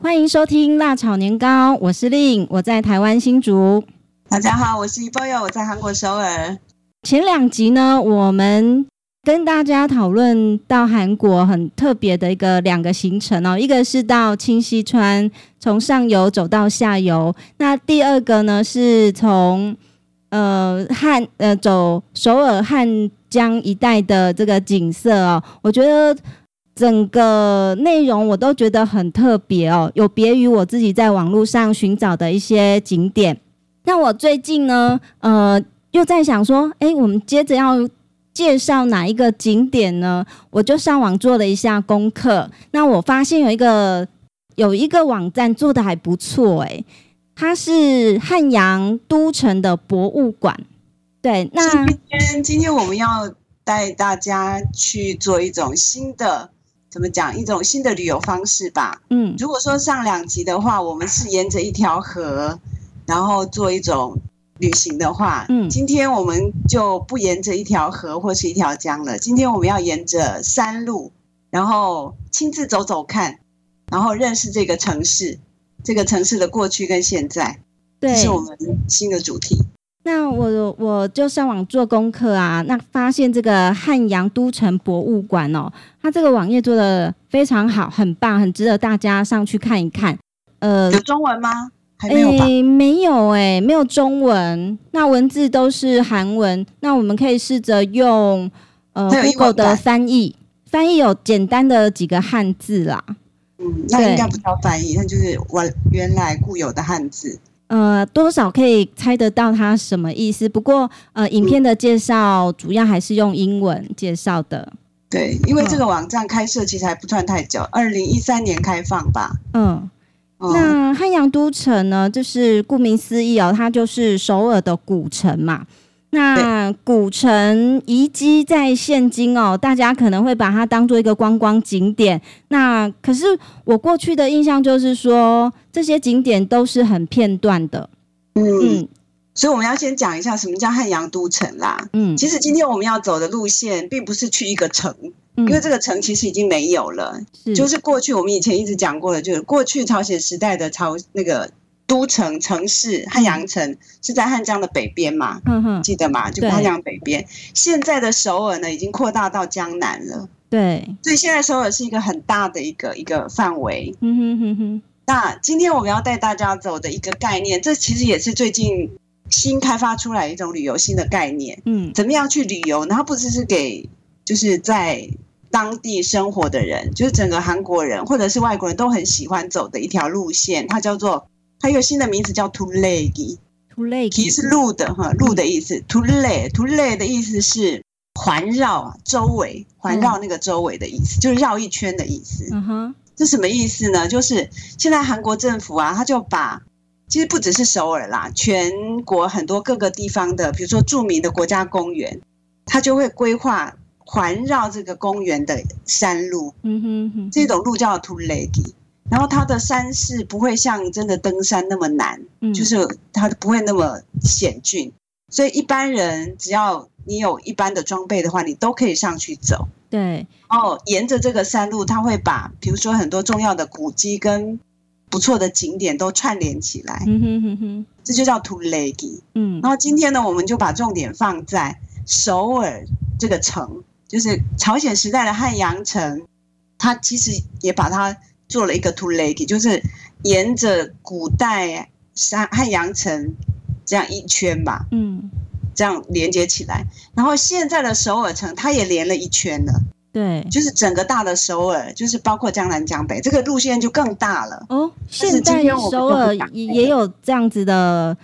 欢迎收听《辣炒年糕》，我是令，我在台湾新竹。大家好，我是 e b o y 我在韩国首尔。前两集呢，我们跟大家讨论到韩国很特别的一个两个行程哦，一个是到清溪川，从上游走到下游；那第二个呢是从呃汉呃走首尔汉江一带的这个景色哦，我觉得。整个内容我都觉得很特别哦，有别于我自己在网络上寻找的一些景点。那我最近呢，呃，又在想说，诶，我们接着要介绍哪一个景点呢？我就上网做了一下功课。那我发现有一个有一个网站做的还不错，诶，它是汉阳都城的博物馆。对，那今天今天我们要带大家去做一种新的，怎么讲？一种新的旅游方式吧。嗯，如果说上两集的话，我们是沿着一条河，然后做一种旅行的话，嗯今天我们就不沿着一条河或是一条江了。今天我们要沿着山路，然后亲自走走看，然后认识这个城市，这个城市的过去跟现在，对这，是我们新的主题。那我我就上网做功课啊，那发现这个汉阳都城博物馆哦，它这个网页做的非常好，很棒，很值得大家上去看一看。呃，有中文吗？还没有吧？诶没有诶，没有中文，那文字都是韩文。那我们可以试着用呃它有英 Google 文的版翻译，翻译有简单的几个汉字啦。嗯，那应该不叫翻译，那就是我原来固有的汉字。呃，多少可以猜得到它什么意思。不过，呃，影片的介绍主要还是用英文介绍的。对，因为嗯这个网站开设其实还不算太久，二零一三年开放吧。嗯，嗯，那汉阳都城呢，就是顾名思义哦，它就是首尔的古城嘛。那古城遗迹在现今哦，大家可能会把它当做一个观光景点。那可是我过去的印象就是说，这些景点都是很片段的。嗯，嗯所以我们要先讲一下什么叫汉阳都城啦。嗯其实今天我们要走的路线，并不是去一个城，嗯，因为这个城其实已经没有了。是就是过去我们以前一直讲过的，就是过去朝鲜时代的朝那个都城城市汉嗯阳城是在汉江的北边嘛。哼哼，记得吗？就对汉阳北边。现在的首尔呢，已经扩大到江南了，对，所以现在首尔是一个很大的一个一个范围。嗯哼哼哼，那今天我们要带大家走的一个概念，这其实也是最近新开发出来一种旅游新的概念，嗯怎么样去旅游？然后不只是给就是在当地生活的人，就是整个韩国人或者是外国人都很喜欢走的一条路线，它叫做它有个新的名字叫 t o l e g i ，too late，题是路的哈，路的意思。to lay to lay 的意思是环绕啊，周围环绕那个周围的意思，就是绕一圈的意思。嗯哼，这什么意思呢？就是现在韩国政府啊，他就把其实不只是首尔啦，全国很多各个地方的，比如说著名的国家公园，他就会规划环绕这个公园的山路，嗯哼哼，这种路叫 to lay。然后它的山势不会像真的登山那么难，嗯就是它不会那么险峻，所以一般人只要你有一般的装备的话，你都可以上去走。对，哦，沿着这个山路，它会把比如说很多重要的古迹跟不错的景点都串联起来，嗯哼哼哼，这就叫 t u l e g 嗯然后今天呢，我们就把重点放在首尔这个城，就是朝鲜时代的汉阳城，它其实也把它做了一个 t u l e g 就是沿着古代山汉阳城这样一圈吧，嗯，这样连接起来。然后现在的首尔城，它也连了一圈了，对，就是整个大的首尔，就是包括江南江北，这个路线就更大了。哦，但是现在今天我们首就不尔讲也那也个有这样子的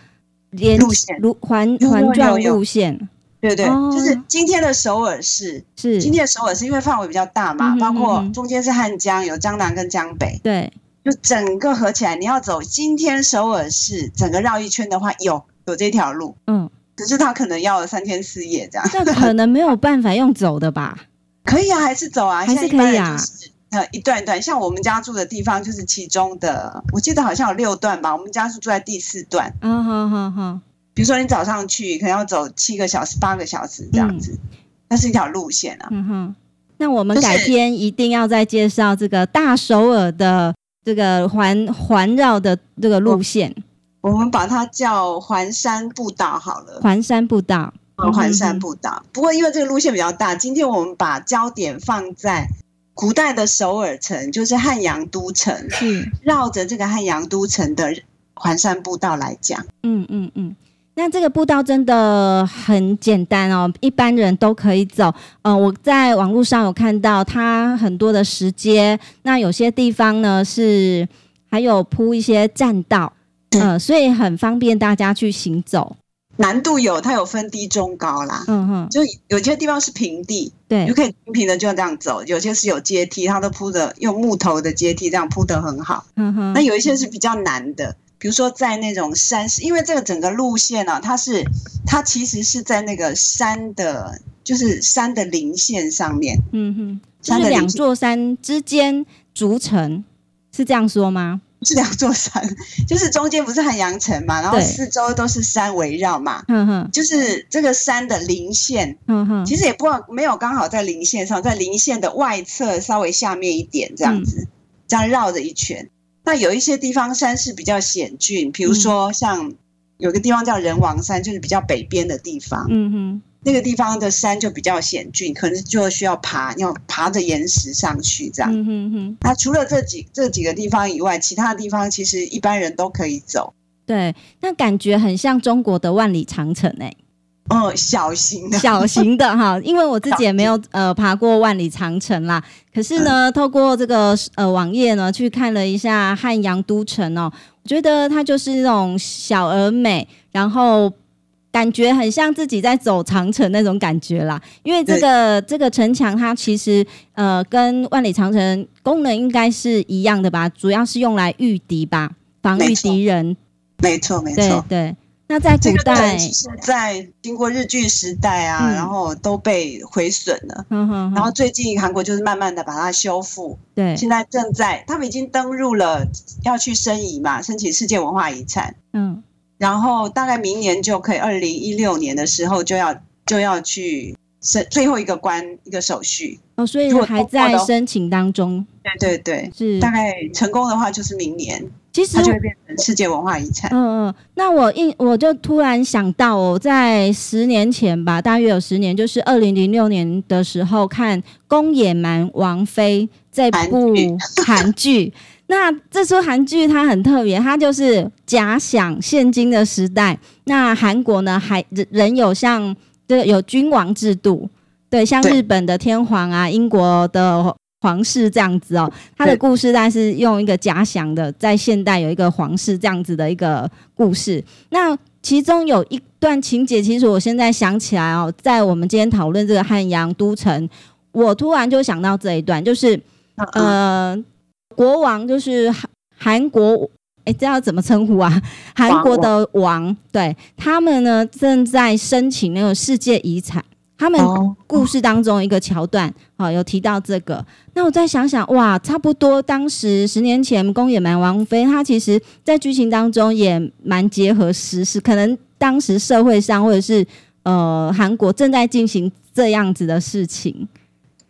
连路线路环有环有状有路线，对对，哦就是今天的首尔市，是，今天的首尔是因为范围比较大嗯嘛，哼包括嗯哼中间是汉江，有江南跟江北，对，就整个合起来，你要走今天首尔市整个绕一圈的话，有有这条路，嗯，可是它可能要三天四夜这样。那可能没有办法用走的吧？可以啊，还是走啊，还是现在一般可人以啊就是呃，一段一段，像我们家住的地方就是其中的，我记得好像有六段吧，我们家是住在第四段。啊，好好好，比如说你早上去，可能要走七个小时、八个小时这样子，嗯那是一条路线啊。嗯哼，那我们就改是天一定要再介绍这个大首尔的这个环环绕的这个路线，我们把它叫环山步道好了，环山步道。呃环山步道。不过因为这个路线比较大，今天我们把焦点放在古代的首尔城，就是汉阳都城，是，绕着这个汉阳都城的环山步道来讲。嗯嗯嗯。那这个步道真的很简单哦，一般人都可以走。呃，我在网络上有看到它很多的石阶，那有些地方呢是还有铺一些栈道，呃，所以很方便大家去行走。难度有，它有分低、中、高啦。嗯哼，就有些地方是平地，你对，就可以平平的就这样走；有些是有阶梯，它都铺的用木头的阶梯这样铺的很好。嗯哼，那有一些是比较难的，比如说在那种山，因为这个整个路线啊，它是它其实是在那个山的，就是山的林线上面。嗯哼，就山是的两林座山之间组成，是这样说吗？是两座山， 就是中间不是汉阳城嘛，然后对四周都是山围绕嘛，哼哼，就是这个山的零线，哼哼，其实也不没有刚好在零线上，在零线的外侧稍微下面一点这嗯样子，这样绕着一圈。那有一些地方山是比较险峻，比嗯如说像有个地方叫仁王山，就是比较北边的地方，嗯哼，那个地方的山就比较险峻，可能就需要爬，要爬着岩石上去这样。嗯哼哼，那除了这几这几个地方以外，其他的地方其实一般人都可以走。对，那感觉很像中国的万里长城哎、嗯，小型 的，小型的哈，因为我自己也没有呃爬过万里长城啦。可是呢，嗯透过这个呃网页呢，去看了一下汉阳都城哦，我觉得它就是那种小而美，然后感觉很像自己在走长城那种感觉啦。因为这个这个城墙它其实呃跟万里长城功能应该是一样的吧，主要是用来御敌吧，防御没错敌人。没错没对错。对，那在这古个代城，其实在经过日据时代啊，嗯然后都被毁损了。哼哼然后哼，最近韩国就是慢慢的把它修复，对，现在正在他们已经登入了，要去申遗嘛，申请世界文化遗产，嗯然后大概明年就可以，二零一六年的时候就要就要去申最后一个关一个手续，哦，所以如果还通过在的话申请当中，对对对，是大概成功的话就是明年，其实它就会变成世界文化遗产。嗯嗯，那我印我就突然想到哦，在十年前吧，大约有十年，就是二零零六年的时候看《宫野蛮王妃》这部韩剧。那这出韩剧它很特别，它就是假想现今的时代。那韩国呢，还人人有像这个有君王制度，对，像对日本的天皇啊，英国的皇室这样子哦。他的对故事但是用一个假想的，在现代有一个皇室这样子的一个故事。那其中有一段情节，其实我现在想起来哦，在我们今天讨论这个汉阳都城，我突然就想到这一段，就是嗯嗯呃，国王就是韩韩国，哎，这要怎么称呼啊？韩国的王，对他们呢正在申请那个世界遗产，他们哦，故事当中一个桥段，好、有提到这个。那我再想想，哇，差不多当时十年前宫野蛮王妃，她其实在剧情当中也蛮结合时事，可能当时社会上或者是呃韩国正在进行这样子的事情。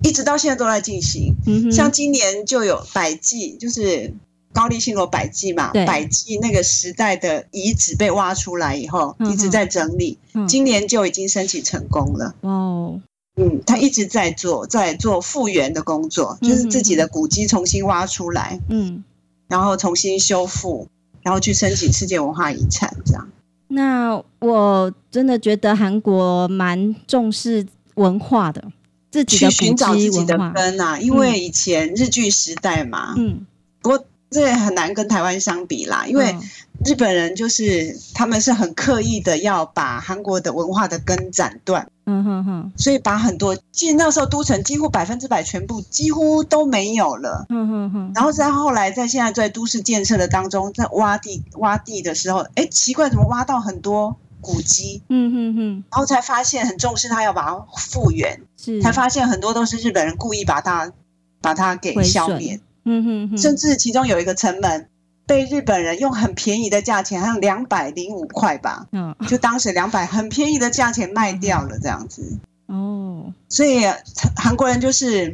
一直到现在都在进行。嗯哼，像今年就有百济，就是高丽新罗百济嘛，对百济那个时代的遗址被挖出来以后，嗯哼一直在整理，嗯今年就已经申请成功了。哇哦，嗯，他一直在做，在做复原的工作，就是自己的古迹重新挖出来，嗯，然后重新修复，然后去申请世界文化遗产这样。那我真的觉得韩国蛮重视文化的，自己去的寻找古自迹己的文化。根啊，因为以前日据时代嘛，嗯，不过这很难跟台湾相比啦，因为嗯日本人就是他们是很刻意的要把韩国的文化的根斩断，嗯哼哼，所以把很多，其实那时候都城几乎百分之百全部几乎都没有了。嗯哼哼，然后再后来，在现在在都市建设的当中，在挖地挖地的时候，哎，奇怪，怎么挖到很多古迹？嗯哼哼，然后才发现很重视它，要把它复原，是才发现很多都是日本人故意把它把它给毁消损灭。嗯哼哼，甚至其中有一个城门被日本人用很便宜的价钱，好像两百零五块吧，嗯就当时两百很便宜的价钱卖掉了这样子。哦，所以呃韩国人就是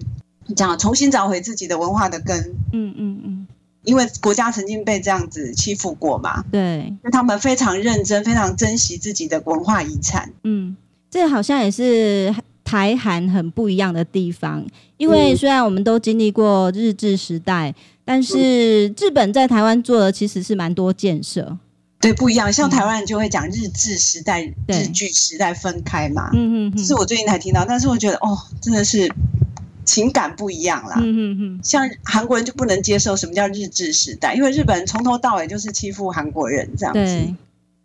讲重新找回自己的文化的根，嗯嗯嗯，因为国家曾经被这样子欺负过嘛，对，所以他们非常认真，非常珍惜自己的文化遗产。嗯，这好像也是台韩很不一样的地方，因为嗯虽然我们都经历过日治时代，但是日本在台湾做的其实是蛮多建设。对，不一样。像嗯台湾人就会讲日治时代、对日据时代分开嘛，嗯嗯这是我最近才听到，但是我觉得哦，真的是情感不一样啦。嗯嗯嗯，像韩国人就不能接受什么叫日治时代，因为日本人从头到尾就是欺负韩国人这样子对，，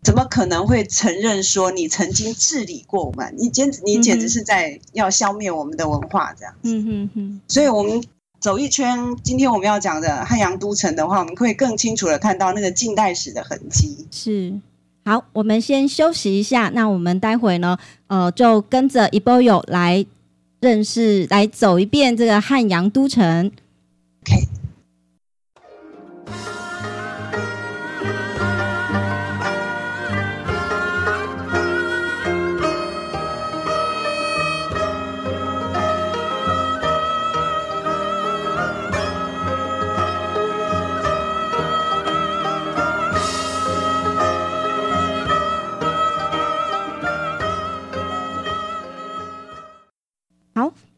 怎么可能会承认说你曾经治理过我们？你简直你简直是在要消灭我们的文化这样。嗯嗯嗯，所以我们走一圈，今天我们要讲的汉阳都城的话，我们会更清楚的看到那个近代史的痕迹。是。好，我们先休息一下。那我们待会呢，呃，就跟着 e b o y o 来认识，来走一遍这个汉阳都城。 OK。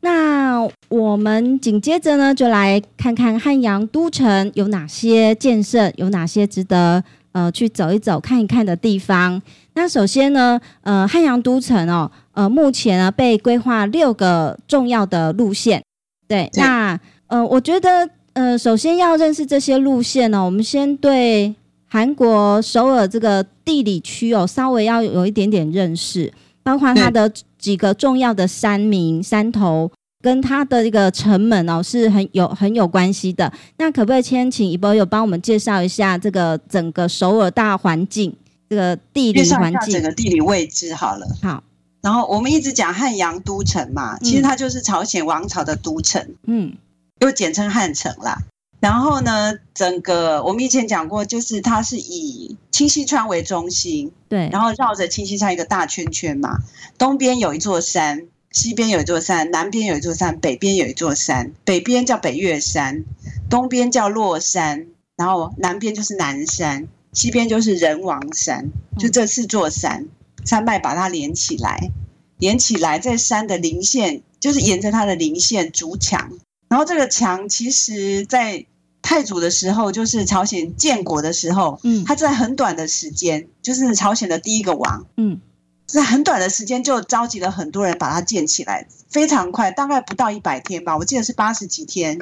那我们紧接着呢，就来看看汉阳都城有哪些建设，有哪些值得呃去走一走、看一看的地方。那首先呢，呃，汉阳都城哦，呃，目前呢被规划六个重要的路线。对，对那呃，我觉得呃，首先要认识这些路线呢、我们先对韩国首尔这个地理区哦，稍微要有一点点认识，包括它的几个重要的山名、山头。跟它的这个城门哦是很有很有关系的。那可不可以先请一波友帮我们介绍一下这个整个首尔大环境，这个地介理绍一环下整境？个地理位置好了。好，然后我们一直讲汉阳都城嘛，其实它就是朝鲜王朝的都城。嗯又简称汉城啦。然后呢，整个我们以前讲过，就是它是以清溪川为中心，对，然后绕着清溪川一个大圈圈嘛。东边有一座山，西边有一座山，南边有一座山，北边有一座山。北边叫北岳山，东边叫洛山，然后南边就是南山，西边就是仁王山。就这四座山，山脉把它连起来，连起来，在山的零线就是沿着它的零线筑墙。然后这个墙其实，在太祖的时候，就是朝鲜建国的时候，嗯他在很短的时间，就是朝鲜的第一个王，嗯在很短的时间就召集了很多人把它建起来，非常快，大概不到一百天吧，我记得是八十几天。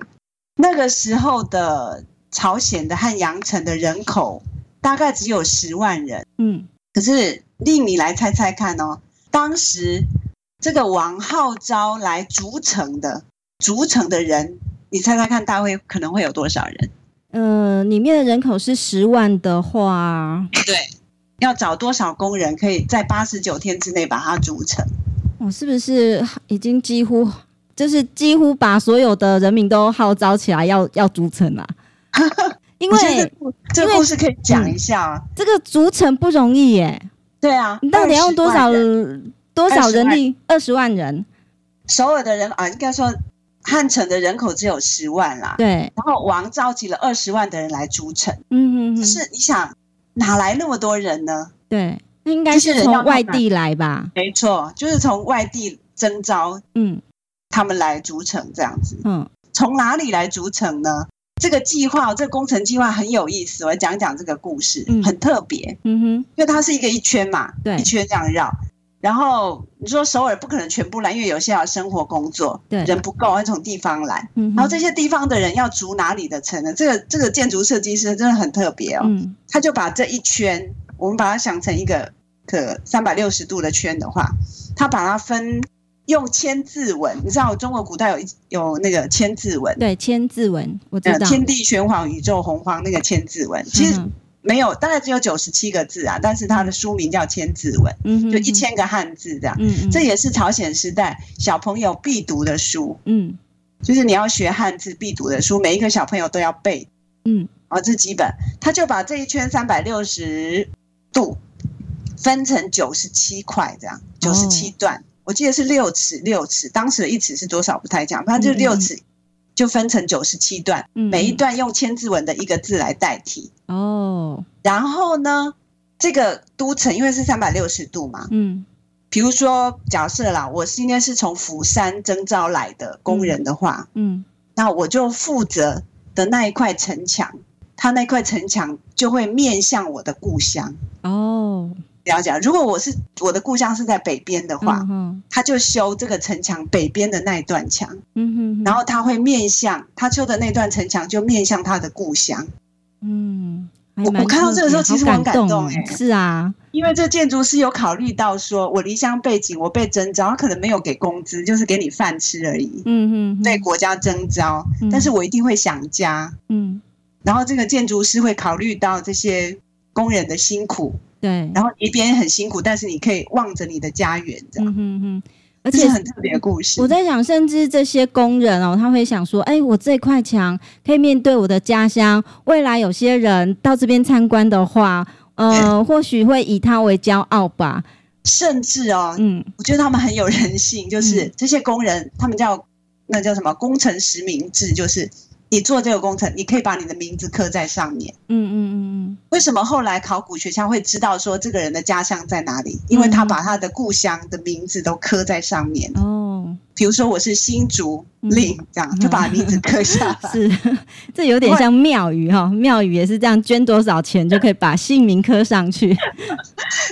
那个时候的朝鲜的汉阳城的人口大概只有十万人，嗯可是令你来猜猜看哦，当时这个王号召来逐城的逐城的人，你猜猜看大会可能会有多少人？呃，里面的人口是十万的话，对，要找多少工人可以在八十九天之内把它逐城？我哦是不是已经几乎就是几乎把所有的人民都号召起来要要组成 啊？因我觉得这为个故这个故事可以讲一下啊。这个组成不容易耶，对啊，你到底要用多少20万人？多少20人万力？二十万人，首尔的人啊，应该说汉城的人口只有十万啦。对，然后王召集了二十万的人来逐城，嗯嗯可嗯，是你想哪来那么多人呢？对，那应该这些是人要从干嘛外地来吧？没错，就是从外地征召嗯他们来逐城这样子。嗯，从哪里来逐城呢？这个计划，这个工程计划很有意思，我来讲讲这个故事，嗯很特别，嗯哼，因为它是一个一圈嘛，对一圈这样绕。然后你说首尔不可能全部来，因为有些要生活工作，对人不够，要从地方来。嗯哼，然后这些地方的人要逐哪里的城呢？这个这个建筑设计师真的很特别哦，嗯他就把这一圈，我们把它想成一个可三百六十度的圈的话，他把它分用千字文，你知道中国古代有一有那个千字文，对千字文，我知呃，道，天地玄黄，宇宙洪荒那个千字文，其实嗯没有，大概只有九十七个字啊，但是它的书名叫千字文，哼，嗯哼就一，千个汉字这样。嗯嗯，这也是朝鲜时代小朋友必读的书，嗯就是你要学汉字必读的书，每一个小朋友都要背嗯啊、哦，这基本。他就把这一圈三百六十度分成九十七块，这样九十七段。我记得是六尺，六尺，当时的一尺是多少不太讲，反正就是嗯嗯六嗯尺就分成九十七段，嗯每一段用千字文的一个字来代替。哦，然后呢，这个都城因为是三百六十度嘛，嗯比如说假设啦，我今天是从釜山征召来的工人的话，嗯那我就负责的那一块城墙，它那块城墙就会面向我的故乡。哦，了解，啊如果我是我的故乡是在北边的话，嗯哼他就修这个城墙北边的那一段墙，嗯哼，然后后他会面向他修的那段城墙就面向他的故乡，嗯，还我蛮我看到这个时候特别其实好我很感感动欸欸是啊，因为这建筑师有考虑到说我离乡背景，我被征召，他可能没有给工资，就是给你饭吃而已，嗯嗯，被国家征召，但是我一定会想家。嗯，然后这个建筑师会考虑到这些工人的辛苦，对，然后你一边很辛苦，但是你可以望着你的家园，这样，嗯哼哼，而而且且很特别的故事我。在想，甚至这些工人哦，他会想说：“哎、我这块墙可以面对我的家乡，未来有些人到这边参观的话，呃，或许会以他为骄傲吧。甚至哦”，嗯，我觉得他们很有人性，就是嗯这些工人，他们叫那叫什么工程实名制，就是你做这个工程，你可以把你的名字刻在上面。嗯嗯嗯为什么后来考古学家会知道说这个人的家乡在哪里？因为他嗯把他的故乡的名字都刻在上面嗯，。哦，比如说我是新竹嗯令，这样就把名字刻下来。是， 这有点像庙宇哈、哦，庙宇也是这样，捐多少钱就可以把姓名刻上去。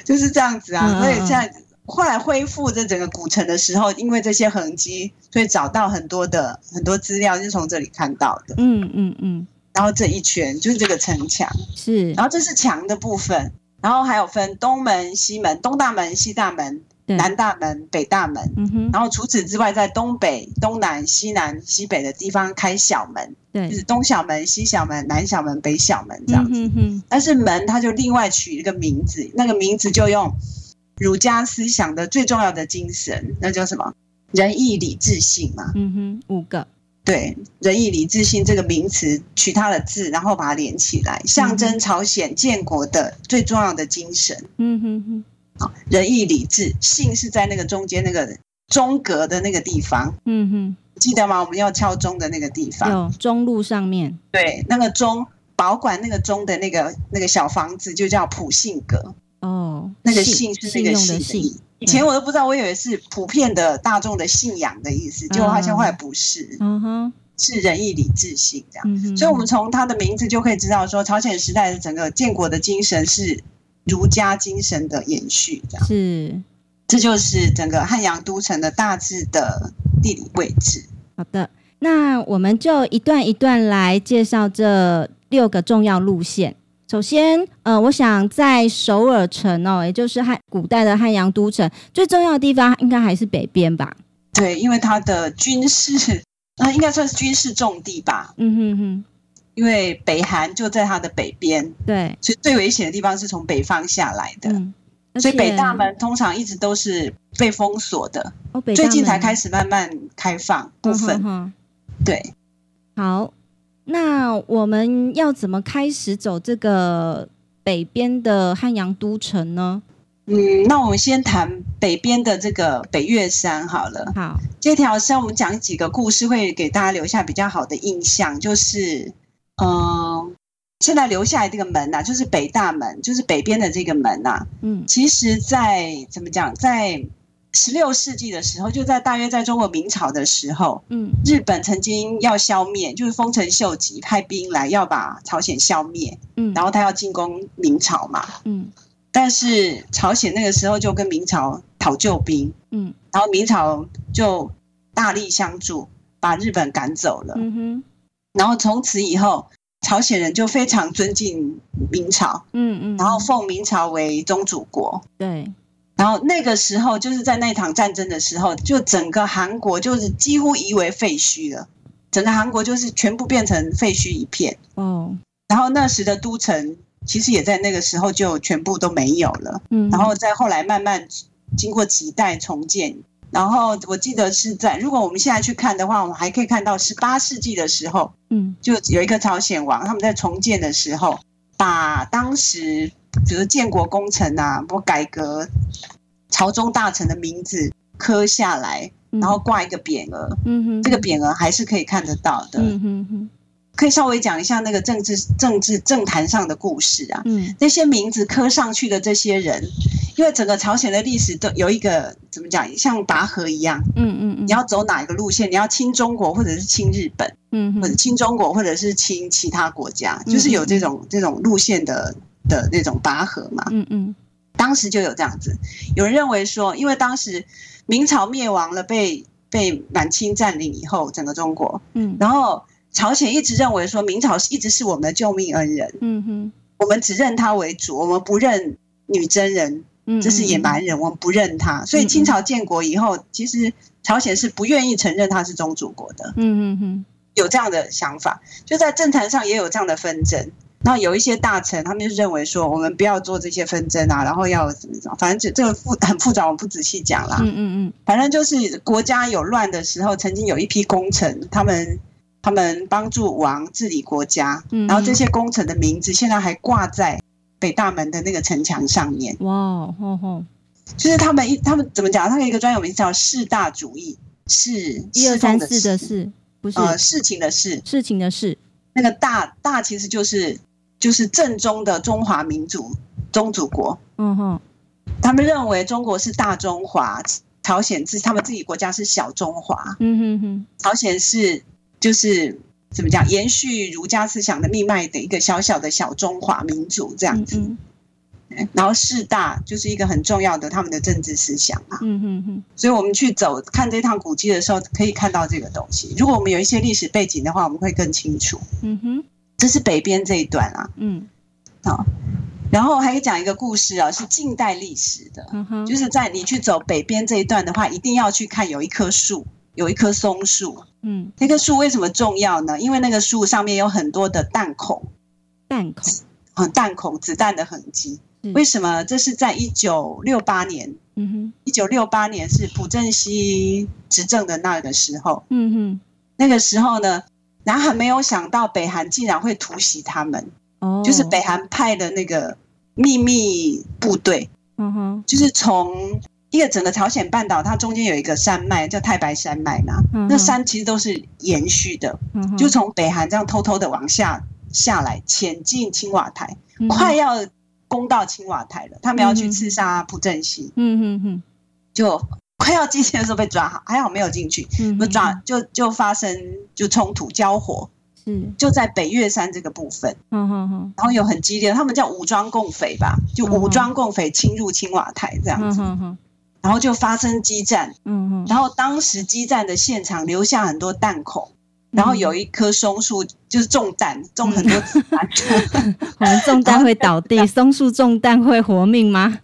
就是这样子嗯嗯啊。所以嗯现在后来恢复这整个古城的时候，因为这些痕迹，所以找到很多的很多资料，就是从这里看到 的。嗯嗯嗯，然后这一圈就是这个城墙，是然后这是墙的部分，然后还有分东门、西门、东大门、西大门、对，南大门、北大门。嗯哼，然后除此之外，在东北、东南、西南、西北的地方开小门，对就，是东小门、西小门、南小门、北小门这样嗯子。哼哼，但是门它就另外取一个名字，那个名字就用儒家思想的最重要的精神，那叫什么？仁义礼智信嘛。嗯哼，五个，对，仁义礼智信这个名词取它的字，然后把它连起来，象征朝鲜建国的最重要的精神。嗯哼哼，仁义礼智信是在那个中间那个中隔的那个地方，嗯记得吗？我们要敲钟的那个地哼，方。有中路上面，对，那个钟保管那个钟的那个那个小房子就叫普信阁。哦，那个信信是那个用信的的意信嗯思。以前我都不知道，我以为是普遍的大众的信仰的意思，结果发现后来不是，嗯哼，是仁义礼智信这样。嗯哼，所以，我们从它的名字就可以知道，说朝鲜时代的整个建国的精神是儒家精神的延续，这样。是这就是整个汉阳都城的大致的地理位置。好的。那我们就一段一段来介绍这六个重要路线。首先，呃，我想在首尔城哦，也就是汉古代的汉阳都城，最重要的地方应该还是北边吧？对，因为它的军事，啊、应该算是军事重地吧，嗯哼哼，因为北韩就在它的北边，对，所以最危险的地方是从北方下来的。嗯，而所以北大且门通常一直都是被封锁的，哦，北嗯最近才开始始慢慢开放部分。对，好，那我们要怎么开始走这个北边的汉阳都城呢？嗯，那我们先谈北边的这个北岳山好了。好，这条山我们讲几个故事，会给大家留下比较好的印象，就是，嗯、现在留下来这个门呐、啊就是北大门，就是北边的这个门呐、嗯其实在，怎么讲，在十六世纪的时候，就在大约在中国明朝的时候，嗯日本曾经要消灭，就是丰臣秀吉派兵来要把朝鲜消灭，嗯，然后他要进攻明朝嘛。嗯但是朝鲜那个时候就跟明朝讨救兵，嗯然后明朝就大力相助，把日本赶走了。嗯哼，然后从此以后，朝鲜人就非常尊敬明朝，嗯嗯，然后奉明朝为宗主国。对，然后那个时候，就是在那场战争的时候，就整个韩国就是几乎夷为废墟了，整个韩国就是全部变成废墟一片。哦，然后那时的都城其实也在那个时候就全部都没有了，嗯，然后再后来慢慢经过几代重建。然后我记得是在，如果我们现在去看的话，我们还可以看到十八世纪的时候，嗯就有一个朝鲜王，他们在重建的时候，把当时比如建国功臣啊，或改革朝中大臣的名字刻下来，然然后挂一个匾额，嗯哼，这个匾额还是可以看得到的。嗯哼哼，可以稍微讲一下那个政治、政治政坛上的故事啊。嗯这些名字刻上去的这些人，因为整个朝鲜的历史都有一个怎么讲，像拔河一样，嗯嗯嗯，你要走哪一个路线？你要亲中国，或者是亲日本，嗯或者哼亲中国，或者是亲其他国家，嗯就是有这种这种路线的的那种拔河嘛。嗯嗯当时就有这样子，有人认为说，因为当时明朝灭亡了，被被满清占领以后，整个中国，嗯然后朝鲜一直认为说，明朝一直是我们的救命恩人，嗯哼，我们只认他为主，我们不认女真人，嗯这是野蛮人，我们不认他。所以清朝建国以后，其实朝鲜是不愿意承认他是宗主国的，嗯嗯嗯有这样的想法，就在政坛上也有这样的纷争。然后有一些大臣，他们就认为说，我们不要做这些纷争啊，然后要怎么怎么，反正这这个复很复杂，我不仔细讲啦。嗯嗯反正就是国家有乱的时候，曾经有一批功臣，他们他们帮助王治理国家，嗯然后这些功臣的名字现在还挂在北大门的那个城墙上面，嗯，哇哦吼吼，就是他们一他们怎么讲？他们有一个专有名词叫士大主义，是一二侍奉三四的事不是呃事情的事，事情的事，那个大大其实就是就是正宗的中华民族宗主国，嗯哼，他们认为中国是大中华，朝鲜自他们自己国家是小中华，嗯哼哼，朝鲜是就是怎么讲，延续儒家思想的命脉的一个小小的小中华民族这样嗯子。嗯然后士大就是一个很重要的他们的政治思想啊，嗯哼哼，所以我们去走看这趟古迹的时候，可以看到这个东西。如果我们有一些历史背景的话，我们会更清楚。嗯哼，这是北边这一段啊，嗯然后还可以讲一个故事啊，是近代历史的，嗯哼，就是在你去走北边这一段的话，一定要去看有一棵树，有一棵松树，嗯那棵树为什么重要呢？因为那个树上面有很多的弹孔，弹孔，很弹孔子弹的痕迹嗯。为什么？这是在一九六八年，嗯哼一九六八年是朴正熙执政的那个时候。嗯哼，那个时候呢，南韩没有想到北韩竟然会突袭他们，哦，就是北韩派的那个秘密部队，嗯哼，就是从一个整个朝鲜半岛，它中间有一个山脉叫太白山脉嘛，嗯哼那山其实都是延续的，嗯哼就从北韩这样偷偷的往下下来，潜进青瓦台，嗯哼快要攻到青瓦台了。他们要去嗯刺杀朴正熙，嗯哼哼就快要进去的时候被抓，还好没有进去。嗯哼，不抓就就发生就冲突交火，是，就在北岳山这个部分，嗯哼哼，然后有很激烈，他们叫武装共匪吧，就武装共匪侵入青瓦台这样嗯子，哼哼，然后就发生激战，嗯哼，然后当时激战的现场留下很多弹孔，然嗯后有一棵松树就是中弹，中很多子弹。 我们哦中弹会倒地，松树中弹会活命吗？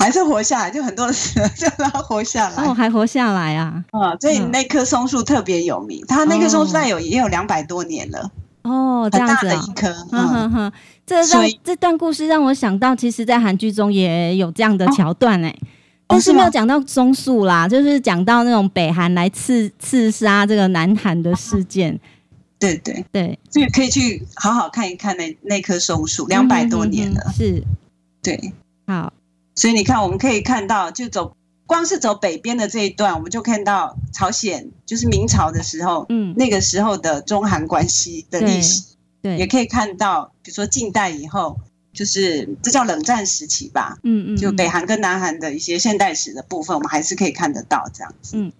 还是活下来，就很多死了，就让它活下来。哦，还活下来啊！啊、所以嗯那棵松树特别有名，它那棵松树大概有、也有两百多年了，哦，这很样大子的啊一。棵。嗯嗯，哼哼，这让所以这段故事让我想到，其实，在韩剧中也有这样的桥段哎、但是哦是没有吗讲到松树啦，就是讲到那种北韩来刺刺杀这个南韩的事件，对对，对，所以可以去好好看一看那那棵松树，两百多年了。嗯哼哼是对，好，所以你看，我们可以看到，就走光是走北边的这一段，我们就看到朝鲜就是明朝的时候，嗯，那个时候的中韩关系的历史，也对，可以看到，比如说近代以后，就是这叫冷战时期吧，嗯嗯，就嗯北韩跟南韩的一些现代史的部分，我们还是可以看得到这样子。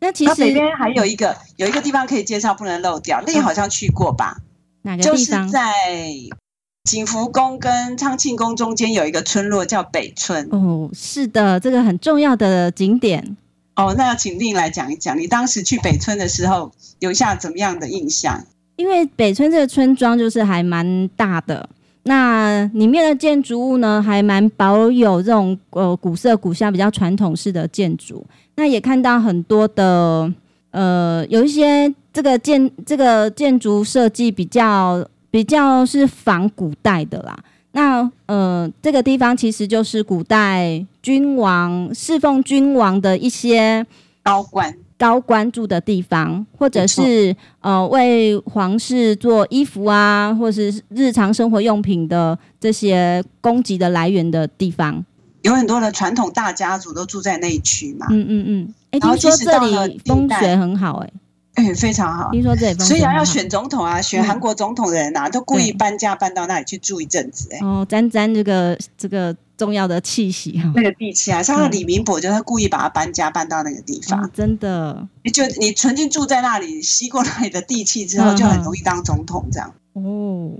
那其那北实边还有一个有一个地方可以介绍，不能漏掉，那个好像去过吧？哪个就嗯地是方？在景福宫跟昌庆宫中间有一个村落叫北村。哦，是的，这个很重要的景点。哦，那要请令来讲一讲，你当时去北村的时候留下怎么样的印象？因为北村这个村庄就是还蛮大的，那里面的建筑物呢，还蛮保有这种呃古色古香、比较传统式的建筑。那也看到很多的呃，有一些这个建这个建筑设计比较比较是仿古代的啦。那呃，这个地方其实就是古代君王侍奉君王的一些高官，高关注的地方，或者没错是呃为皇室做衣服啊，或是日常生活用品的这些供给的来源的地方。有很多的传统大家族都住在那一区嘛，嗯嗯嗯，哎、啊然后听说即使这到了里近风代水很好、诶，哎，非常好哎，。听说这里风所水以很啊，好。要选总统啊，选嗯韩国总统的人啊，都故意对搬家搬到那里去住一阵子、哎、哦，沾沾这个这个重要的气息哈、那个地气啊，像嗯李明博就是故意把他搬家搬到那个地方，哦，真的就你曾经住在那里，吸过那里的地气之后，嗯就很容易当总统这样。哦，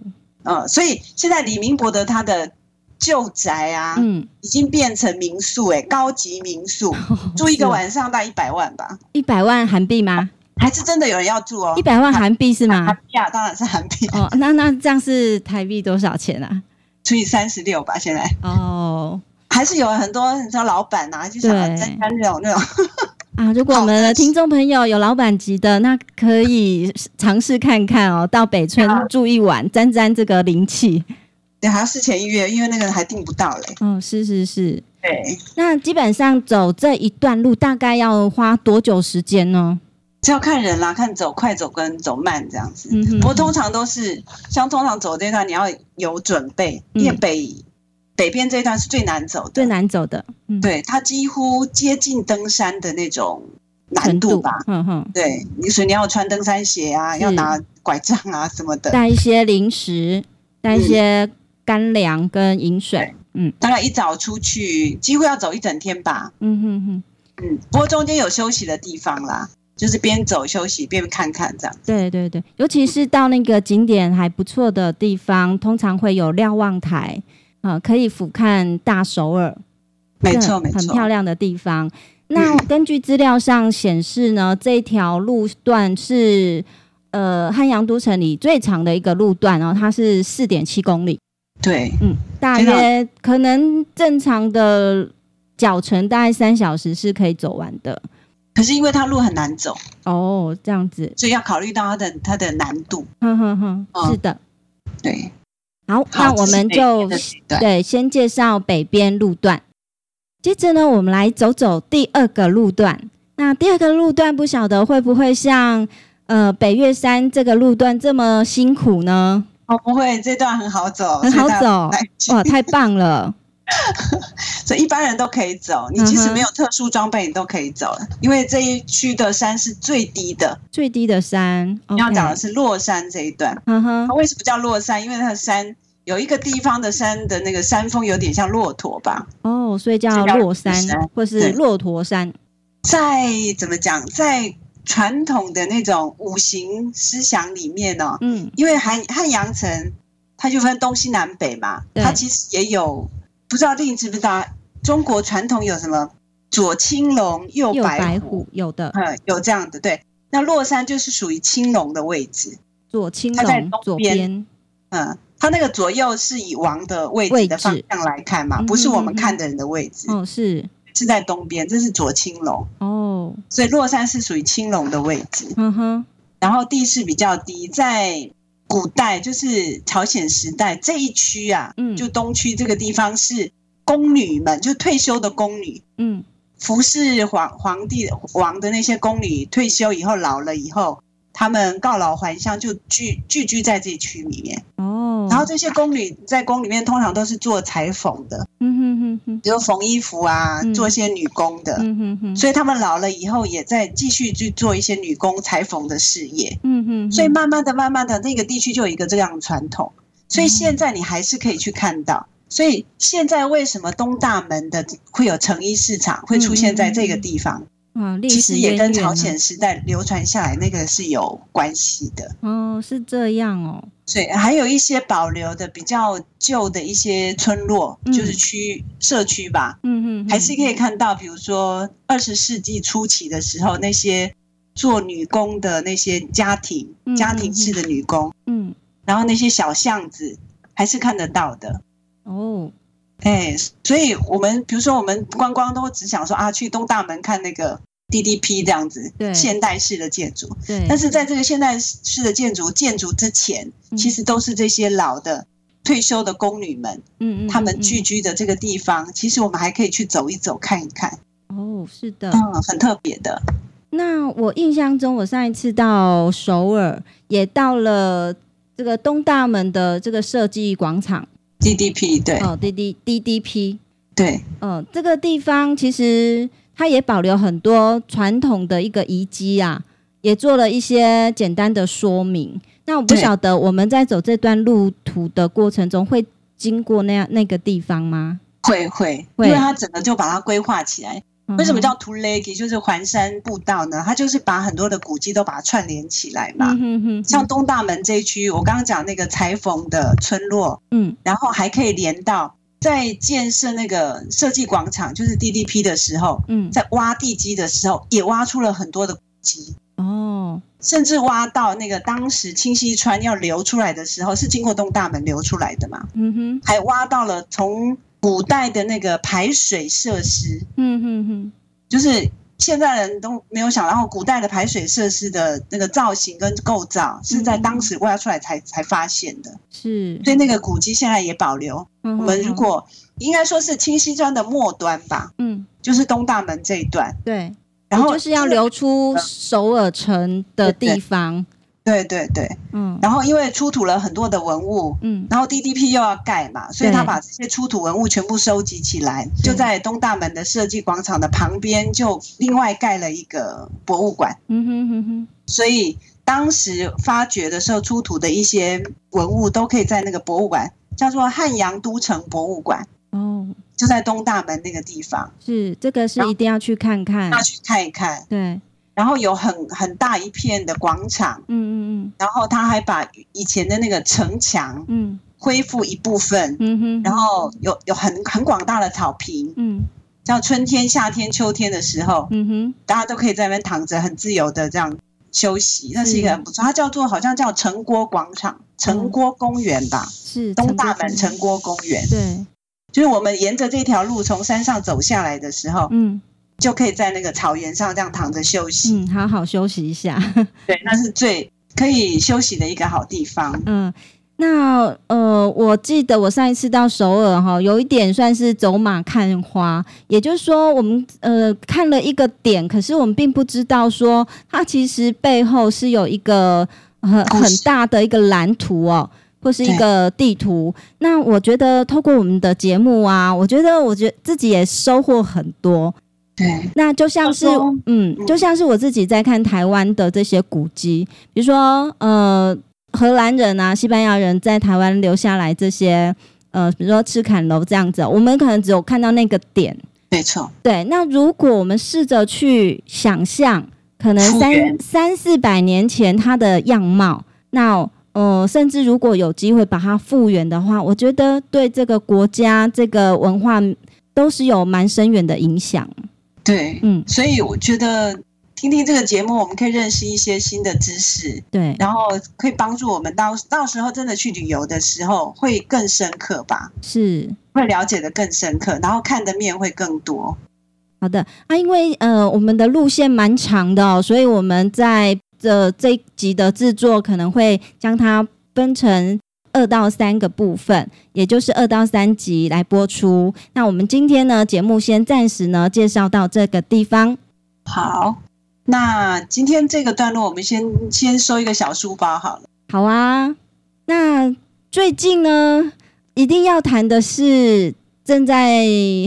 呃，所以现在李明博的他的旧宅啊，嗯，已经变成民宿、哎，高级民宿，哦住一个晚上大概一百万吧，一百万韩币吗？还是真的有人要住哦一。百万韩币是吗韩？币啊，当然是韩币，哦，那那这样是台币多少钱啊？除以三十六吧。现在哦还是有很多很多老板啊，就想要对沾沾那种那 种啊，如果我们的听众朋友有老板级的，那可以尝试看看哦，到北村住一晚，沾沾这个灵气。对，还要事前预约，因为那个还订不到嘞。哦，是是是。 对，那基本上走这一段路大概要花多久时间呢？这要看人啦，看走快走跟走慢这样子。嗯哼不过通常都是像通常走这段，你要有准备，嗯因为北、北边这段是最难走的，最难走的，嗯，对，它几乎接近登山的那种难程度吧。嗯哼，对，你所以你要穿登山鞋啊，是要拿拐杖啊什么的。带一些零食，带一些干粮跟饮水，嗯大概一早出去，几乎要走一整天吧。嗯哼哼，嗯，不过中间有休息的地方啦，就是边走休息边看看这样。对对对，尤其是到那个景点还不错的地方，通常会有瞭望台，啊，可以俯瞰大首尔，没这错，没嗯很错。漂亮的地 方。那嗯根据资料上显示呢，这一条路段是呃汉阳都城里最长的一个路段哦，它是四点七公里，对，嗯，大非常约可能正常的脚程大概三小时是可以走完的。可是因为它路很难走，哦，这样子，所以要考虑到它的它的难度。哼哼哼，嗯是的。对，好，那好我这是们北边就的地段对先介绍北边路段，接着呢，我们来走走第二个路段。那第二个路段不晓得会不会像呃北岳山这个路段这么辛苦呢？哦，不会，这段很好走，很好哦所以大家走不担心哇，太棒了！ 所以一般人都可以走。你嗯哼即使没有特殊装备，你都可以走了，因为这一区的山是最低的。最低的山，你要讲的是，是落山这一段。呵呵它，为什么叫落山？因为它的山有一个地方的山的那个山峰有点像骆驼吧，哦，所以叫这叫落山落山或是对骆驼山，在怎么讲，在传统的那种五行思想里面呢、嗯，因为汉汉阳城它就分东西南北嘛，对它其实也有不知道令你知不知道，中国传统有什么左青龙右右白白虎有的，嗯，有这样的对。那洛山就是属于青龙的位置，左青它在龙东左边边，嗯，它那个左右是以王的位位置置的方向来看嗯嘛，哼不是我们嗯哼看的人的位置，哦是是在东边，这是左青龙，哦，所以洛山是属于青龙的位置。呵呵，然后地势比较低，在古代就是朝鲜时代这一区啊，嗯就东区这个地方是宫女们，就退休的宫女，嗯服侍皇皇帝王的那些宫女，退休以后老了以后，他们告老还乡，就聚聚居在这一区里面。哦，然后这些宫女在宫里面通常都是做裁缝的，嗯哼哼哼。比如缝衣服啊，嗯做一些女工的。嗯哼哼，所以他们老了以后，也在继续去做一些女工裁缝的事业。嗯哼，所以哼慢慢的、慢慢的，那个地区就有一个这样的传统，所嗯以现在你还是可以去看到。所以现在为什么东大门的会有成衣市场会出现在这个地方？哇，嗯历其史实也渊跟源朝啊鲜时代流传下来那个是有关系的。哦是这样哦，所以还有一些保留的比较旧的一些村落，嗯就是区社区吧，嗯哼，还是可以哼看到，比如说二十世纪初期的时候，那些做女工的那些家庭嗯嗯，家庭式的女工。嗯然后那些小巷子还是看得到的。哦哎，所以我们比如说我们观光都只想说啊，去东大门看那个 DDP 这样子对，现代式的建筑。对，但是在这个现代式的建筑建筑之前，嗯其实都是这些老的。退休的宫女们，嗯嗯她嗯们嗯聚居的这个地方，其实我们还可以去走一走、看一看，哦是的，嗯，很特别的。那我印象中，我上一次到首尔，也到了这个东大门的这个设计广场 DDP 对，嗯哦，D D D D P。对，嗯，这个地方其实它也保留很多传统的一个遗迹啊，也做了一些简单的说明。那我不对晓得我们在走这段路途的过程中会经过那样那个地方吗？会会，会因为它整个就把它规划起来。为什么叫叫 t u l e g i 就是环山步道呢？它就是把很多的古迹都把它串联起来嘛。嗯哼哼，像东大门这一区，我刚刚讲那个裁缝的村落，嗯然后还可以连到在建设那个设计广场，就是 DDP 的时候，嗯在挖地基的时候，也挖出了很多的古迹，哦甚至挖到那个当时清溪川要流出来的时候，是经过东大门流出来的嘛？嗯哼还挖到了从古代的那个排水设施，嗯哼哼就是现在人都没有想到，古代的排水设施的那个造型跟构造是嗯在当时挖出来才才发现的，是，所以那个古迹现在也保留。我我们如果应该说是清溪川的末端吧，嗯就是东大门这一段，对，然后就是要留出首尔城的地方，对对对，嗯然后因为出土了很多的文物。嗯然后 DDP 又要盖嘛，所以对他把这些出土文物全部收集起来，就在东大门的设计广场的旁边，就另外盖了一个博物馆。嗯哼哼哼，所以当时发掘的时候出土的一些文物都可以在那个博物馆，叫做汉阳都城博物馆，哦，就在东大门那个地方，是这个是然后一定要去看看，要去看一看。对，然后有很很大一片的广场，嗯嗯然后他还把以前的那个城墙嗯恢复一部分嗯，嗯哼，然后有有很很广大的草坪，嗯像春天、夏天、秋天的时候，嗯哼大家都可以在那边躺着，很自由的这样休息，那是一个很不错。它叫做好像叫城郭广场、城郭公园吧，是东大门城城郭公园。对，就是我们沿着这条路从山上走下来的时候，嗯就可以在那个草原上这样躺着休息。嗯，好好休息一下，对，那是最可以休息的一个好地方。嗯。那呃，我记得我上一次到首尔哈，有一点算是走马看花，也就是说，我们呃看了一个点，可是我们并不知道说它其实背后是有一个很故事很大的一个蓝图哦，或是一个地图。那我觉得透过我们的节目啊，我觉得我觉得自己也收获很多。对，那就像是放松嗯，嗯就像是我自己在看台湾的这些古迹，比如说呃，荷兰人啊、西班牙人在台湾留下来这些呃，比如说赤坎楼这样子，我们可能只有看到那个点。没错，对，那如果我们试着去想象，可能复三原三四百年前它的样貌，那呃，甚至如果有机会把它复原的话，我觉得对这个国家、这个文化都是有蛮深远的影响。对。嗯，所以我觉得听听这个节目，我们可以认识一些新的知识。对，然后可以帮助我们到到时候真的去旅游的时候会更深刻吧，是。会了解的更深刻，然后看的面会更多。好的啊，因为呃，我们的路线蛮长的哦，所以我们在这这一集的制作可能会将它分成二到三个部分，也就是二到三集来播出。那我们今天呢，节目先暂时呢介绍到这个地方。好，那今天这个段落我们先先收一个小书包好了。好啊，那最近呢，一定要谈的是正在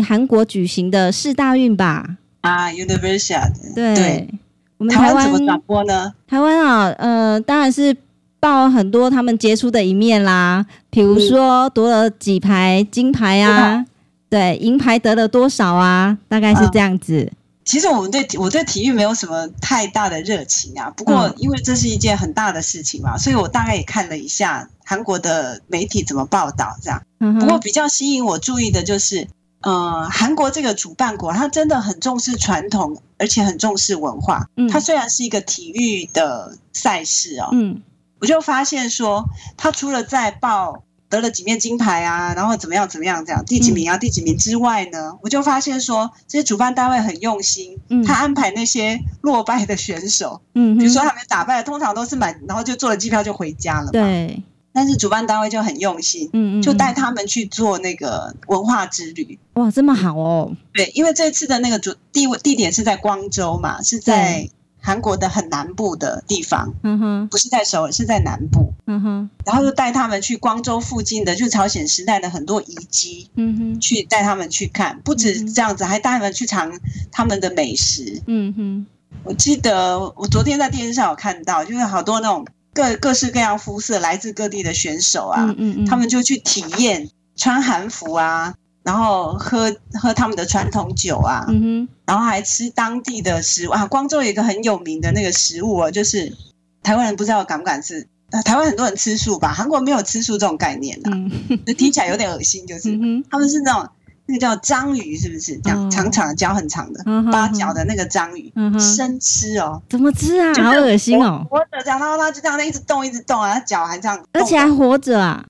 韩国举行的世大运吧？啊，Universia，对，对我们台台湾湾怎么转播呢？台湾啊，呃，当然是报很多他们杰出的一面啦，比如嗯说夺了几排金牌啊，对，银牌得了多少啊，大概是这样子。其实我们对我对体育没有什么太大的热情啊，不过嗯因为这是一件很大的事情嘛，所以我大概也看了一下韩国的媒体怎么报道这样。嗯不过哼，比较吸引我注意的就是，呃，韩国这个主办国，它真的很重视传统，而且很重视文化。嗯它虽然是一个体育的赛事哦，嗯我就发现说，它除了在报得了几面金牌啊，然后怎么样怎么样这样第几名啊、嗯第几名之外呢，我就发现说，这些主办单位很用心，嗯他安排那些落败的选手，嗯比如说哼，他们打败了，通常都是买，然后就坐了机票就回家了嘛。。对，但是主办单位就很用心，嗯嗯，就带嗯他们去做那个文化之旅。哇，这么好哦，对，因为这次的那个主地位地点是在光州嘛，是在韩国的很南部的地方，嗯哼，不是在首尔，是在南部。嗯哼，然后就带他们去光州附近的，就是朝鲜时代的很多遗迹，嗯哼，去带他们去看。不止这样子，还带他们去尝他们的美食。嗯哼，我记得我昨天在电视上有看到，就是好多那种各各式各样肤色、来自各地的选手啊，嗯嗯嗯，他们就去体验穿韩服啊，然后喝喝他们的传统酒啊，嗯哼，然后还吃当地的食物啊。光州有一个很有名的那个食物哦，就是台湾人不知道敢不敢吃，呃，台湾很多人吃素吧，韩国没有吃素这种概念 啊，嗯就听起来有点恶心，就是、嗯他们是那种那个叫章鱼，是不是这样、哦长长的脚很长的嗯哼，八角，的那个章鱼，嗯哼，生吃哦。怎么吃啊？就是好恶心哦！活着这样，然后它就这样一直动，一直动啊，它脚还这样动，而且还活着啊！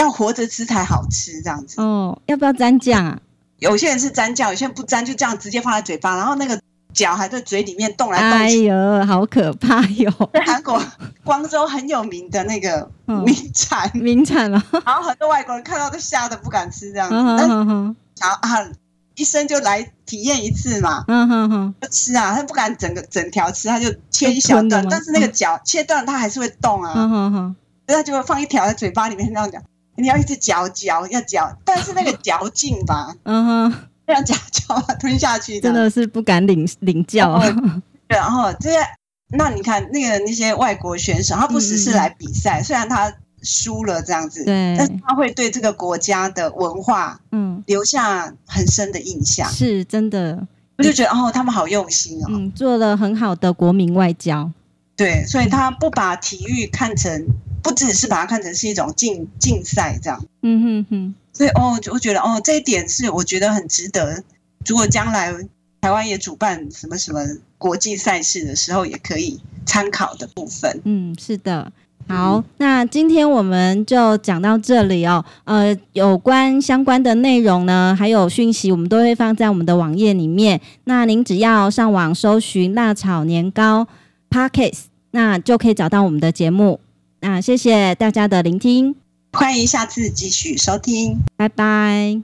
要活着吃才好吃，这样子。哦，要不要沾酱啊？有些人是沾酱，有些人不沾，就这样直接放在嘴巴，然后那个脚还在嘴里面动来动哎去。呦，好可怕哟！是 韩国光州很有名的那个嗯名产，名产了，然后很多外国人看到都吓得不敢吃这样子。嗯但哼哼想啊，一生就来体验一次嘛，嗯哼哼，就吃啊，他不敢整个整条吃，他就切一就小吞了段吗，但是那个脚切断了，它还是会动啊。嗯哼哼，那就会放一条在嘴巴里面那样讲，你要一直嚼嚼，要嚼，但是那个嚼劲 吧，嗯哼，这样嚼嚼把它吞下去，真的是不敢领领教啊！这样。然后这些，那你看那个那些外国选手，他不只嗯是来比赛，虽然他输了这样子，对但，是他会对这个国家的文化嗯，留下很深的印象。是真的，我就觉得哦，他们好用心哦，嗯，做了很好的国民外交，对，所以他不把体育看成，不只是把它看成是一种竞竞赛这样。嗯哼哼，所以哦，就我觉得哦，这一点是我觉得很值得。如果将来台湾也主办什么什么国际赛事的时候，也可以参考的部分。嗯，是的。好，那今天我们就讲到这里哦。呃，有关相关的内容呢，还有讯息，我们都会放在我们的网页里面。那您只要上网搜寻“辣炒年糕 Pockets”，那就可以找到我们的节目。那谢谢大家的聆听，欢迎下次继续收听。拜拜。